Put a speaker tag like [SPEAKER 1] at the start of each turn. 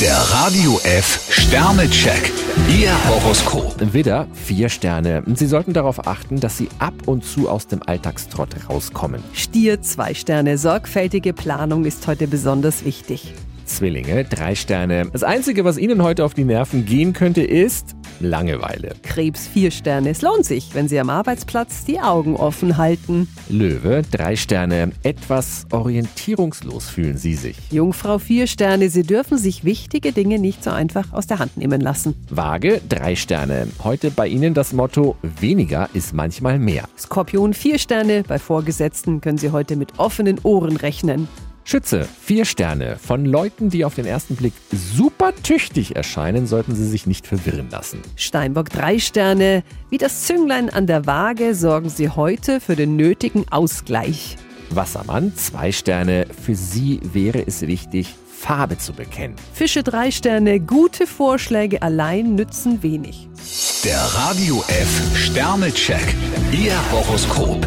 [SPEAKER 1] Der Radio F Sternecheck. Ihr Horoskop.
[SPEAKER 2] Widder, vier Sterne. Sie sollten darauf achten, dass Sie ab und zu aus dem Alltagstrott rauskommen.
[SPEAKER 3] Stier, zwei Sterne. Sorgfältige Planung ist heute besonders wichtig.
[SPEAKER 2] Zwillinge, drei Sterne. Das Einzige, was Ihnen heute auf die Nerven gehen könnte, ist Langeweile.
[SPEAKER 3] Krebs, vier Sterne. Es lohnt sich, wenn Sie am Arbeitsplatz die Augen offen halten.
[SPEAKER 2] Löwe, drei Sterne. Etwas orientierungslos fühlen Sie sich.
[SPEAKER 3] Jungfrau, vier Sterne. Sie dürfen sich wichtige Dinge nicht so einfach aus der Hand nehmen lassen.
[SPEAKER 2] Waage, drei Sterne. Heute bei Ihnen das Motto, weniger ist manchmal mehr.
[SPEAKER 3] Skorpion, vier Sterne. Bei Vorgesetzten können Sie heute mit offenen Ohren rechnen.
[SPEAKER 2] Schütze, vier Sterne. Von Leuten, die auf den ersten Blick super tüchtig erscheinen, sollten Sie sich nicht verwirren lassen.
[SPEAKER 3] Steinbock, drei Sterne. Wie das Zünglein an der Waage sorgen Sie heute für den nötigen Ausgleich.
[SPEAKER 2] Wassermann, zwei Sterne. Für Sie wäre es wichtig, Farbe zu bekennen.
[SPEAKER 3] Fische, drei Sterne. Gute Vorschläge allein nützen wenig.
[SPEAKER 1] Der Radio F Sternecheck. Ihr Horoskop.